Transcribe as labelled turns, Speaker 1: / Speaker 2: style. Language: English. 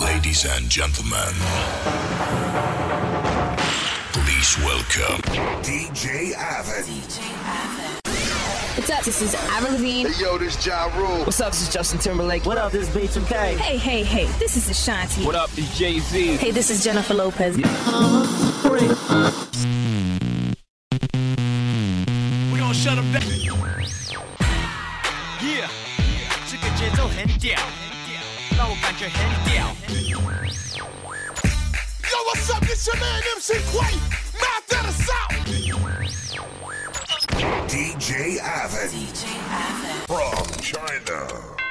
Speaker 1: Ladies and gentlemen, please welcome DJ Avid.
Speaker 2: What's up? This is Avril Lavigne.
Speaker 3: Hey, yo, this Ja Rule.
Speaker 4: What's up? This is Justin Timberlake. What up? This is B2K.
Speaker 2: Hey, hey, hey. This is Ashanti.
Speaker 5: What up? This Jay Z.
Speaker 2: Hey, this is Jennifer Lopez.
Speaker 6: We gon' shut them down. Yeah，这个节奏很屌，让我感觉很屌。
Speaker 3: Yo, what's up? It's your man MC Quay. Mouth that us out.
Speaker 1: DJ Avid. From China.